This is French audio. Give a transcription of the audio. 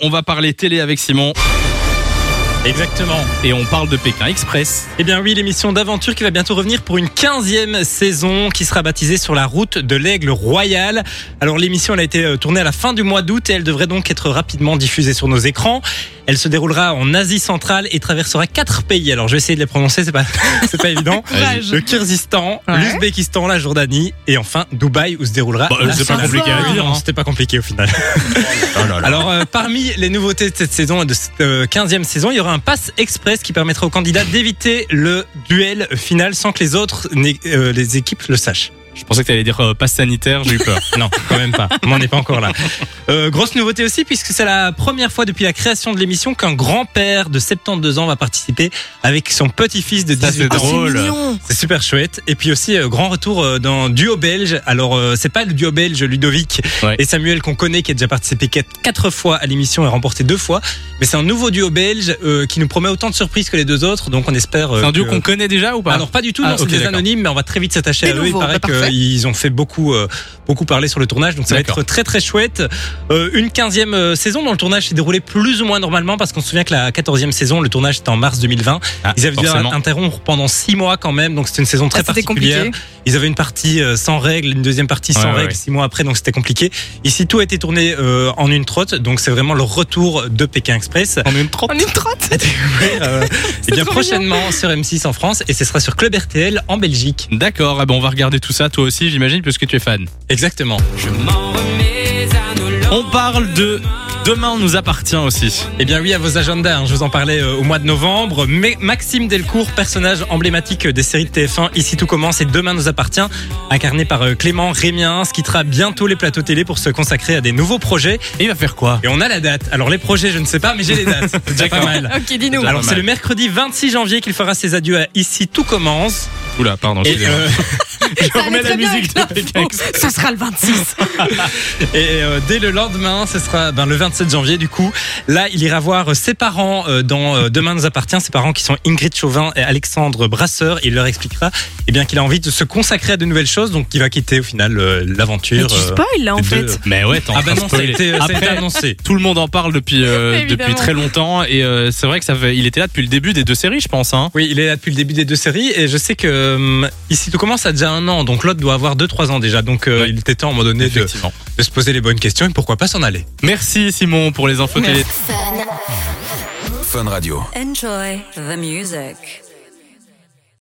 On va parler télé avec Simon Exactement. et on parle de Pékin Express. Eh bien oui, l'émission d'aventure qui va bientôt revenir pour une 15e saison qui sera baptisée sur la route de l'aigle royal. Alors l'émission elle a été euh, tournée à la fin du mois d'août et elle devrait donc être rapidement diffusée sur nos écrans. Elle se déroulera en Asie centrale et traversera quatre pays. Alors je vais essayer de les prononcer, c'est pas c'est pas évident. Courage. Le Kyrgyzstan, Ouais. l'Ouzbékistan, la Jordanie et enfin Dubaï où se déroulera Bah, la c'est pas fin- compliqué à Oui, dire, non, hein. C'était pas compliqué au final. Alors, euh, parmi les nouveautés de cette saison et de cette euh, 15e saison, il y aura un pass express qui permettra aux candidats d'éviter le duel final sans que les autres, n'aient- euh, les équipes le sachent. Je pensais que t'allais dire euh, passe sanitaire, j'ai eu peur. Non, quand même pas. On n'en est pas encore là. Euh, grosse nouveauté aussi, puisque c'est la première fois depuis la création de l'émission qu'un grand-père de 72 ans va participer avec son petit-fils de Ça, c'est 18 ans. Ah, c'est drôle. mignon. C'est super chouette. Et puis aussi, euh, grand retour euh, d'un duo belge. Alors, euh, c'est pas le duo belge Ludovic Ouais. et Samuel qu'on connaît, qui a déjà participé quat- quatre fois à l'émission et remporté deux fois. Mais c'est un nouveau duo belge euh, qui nous promet autant de surprises que les deux autres. Donc, on espère. euh, C'est un duo que- qu'on connaît déjà ou pas alors pas du tout, Ah, non, c'est ok, des d'accord. anonymes, mais on va très vite s'attacher à Des eux. nouveaux, Il bah, paraît parfait. qu'ils ont fait beaucoup, euh, beaucoup parler sur le tournage, donc ça va D'accord. être très très chouette. Euh, une quinzième euh, saison dont le tournage s'est déroulé plus ou moins normalement, parce qu'on se souvient que la quatorzième saison, le tournage c'était en mars 2020. Ah, Ils avaient dû forcément. interrompre pendant six mois quand même, donc c'était une saison très Ah, C'était particulière. compliqué. Ils avaient une partie euh, sans règles, une deuxième partie sans Ouais, ouais, règles ouais. six mois après, donc c'était compliqué. Ici, tout a été tourné euh, en une trotte, donc c'est vraiment le retour de Pékin Express. On est une trente. On est une trotte. Euh, et bien trop mignon. prochainement sur M6 en France et ce sera sur Club RTL en Belgique. D'accord, ah ben, on va regarder tout ça, toi aussi, j'imagine, parce que tu es fan. Exactement. On parle de Demain nous appartient aussi. Eh bien oui, à vos agendas, hein, je vous en parlais euh, au mois de novembre. Mais Maxime Delcourt, personnage emblématique des séries de TF1, ici tout commence et demain nous appartient, incarné par euh, Clément Rémien, ce quittera bientôt les plateaux télé pour se consacrer à des nouveaux projets. Et il va faire quoi Et on a la date. Alors les projets, je ne sais pas, mais j'ai les dates. C'est déjà pas D'accord. mal. Ok, dis-nous. Alors pas c'est mal. le mercredi 26 janvier qu'il fera ses adieux à Ici tout commence. Oula, pardon, Et, excusez-moi. euh, je Ça remets la allait très bien musique de avec Pékin l'info. Express. Ce sera le 26. Et euh, dès le lendemain, ce sera ben, le 27 janvier du coup. Là, il ira voir euh, ses parents euh, dans euh, Demain nous appartient, ses parents qui sont Ingrid Chauvin et Alexandre Brasseur. Il leur expliquera eh bien qu'il a envie de se consacrer à de nouvelles choses, donc il va quitter au final euh, Mais l'aventure. tu euh, spoil là en de- fait. Mais ouais, t'es en Ah train bah de non, ça a spoiler. été, ça a été Après, annoncé. tout le monde en parle depuis, euh, Évidemment. depuis très longtemps et euh, c'est vrai que ça fait, il était là depuis le début des deux séries, je pense. Hein. Oui, il est là depuis le début des deux séries et je sais que euh, ici tout commence à déjà un an, donc l'autre doit avoir 2-3 ans déjà. Donc euh, Ouais. il était temps à un moment donné de, de se poser les bonnes questions et pourquoi pas s'en aller. Merci Simon pour les infos télé. Enjoy the music.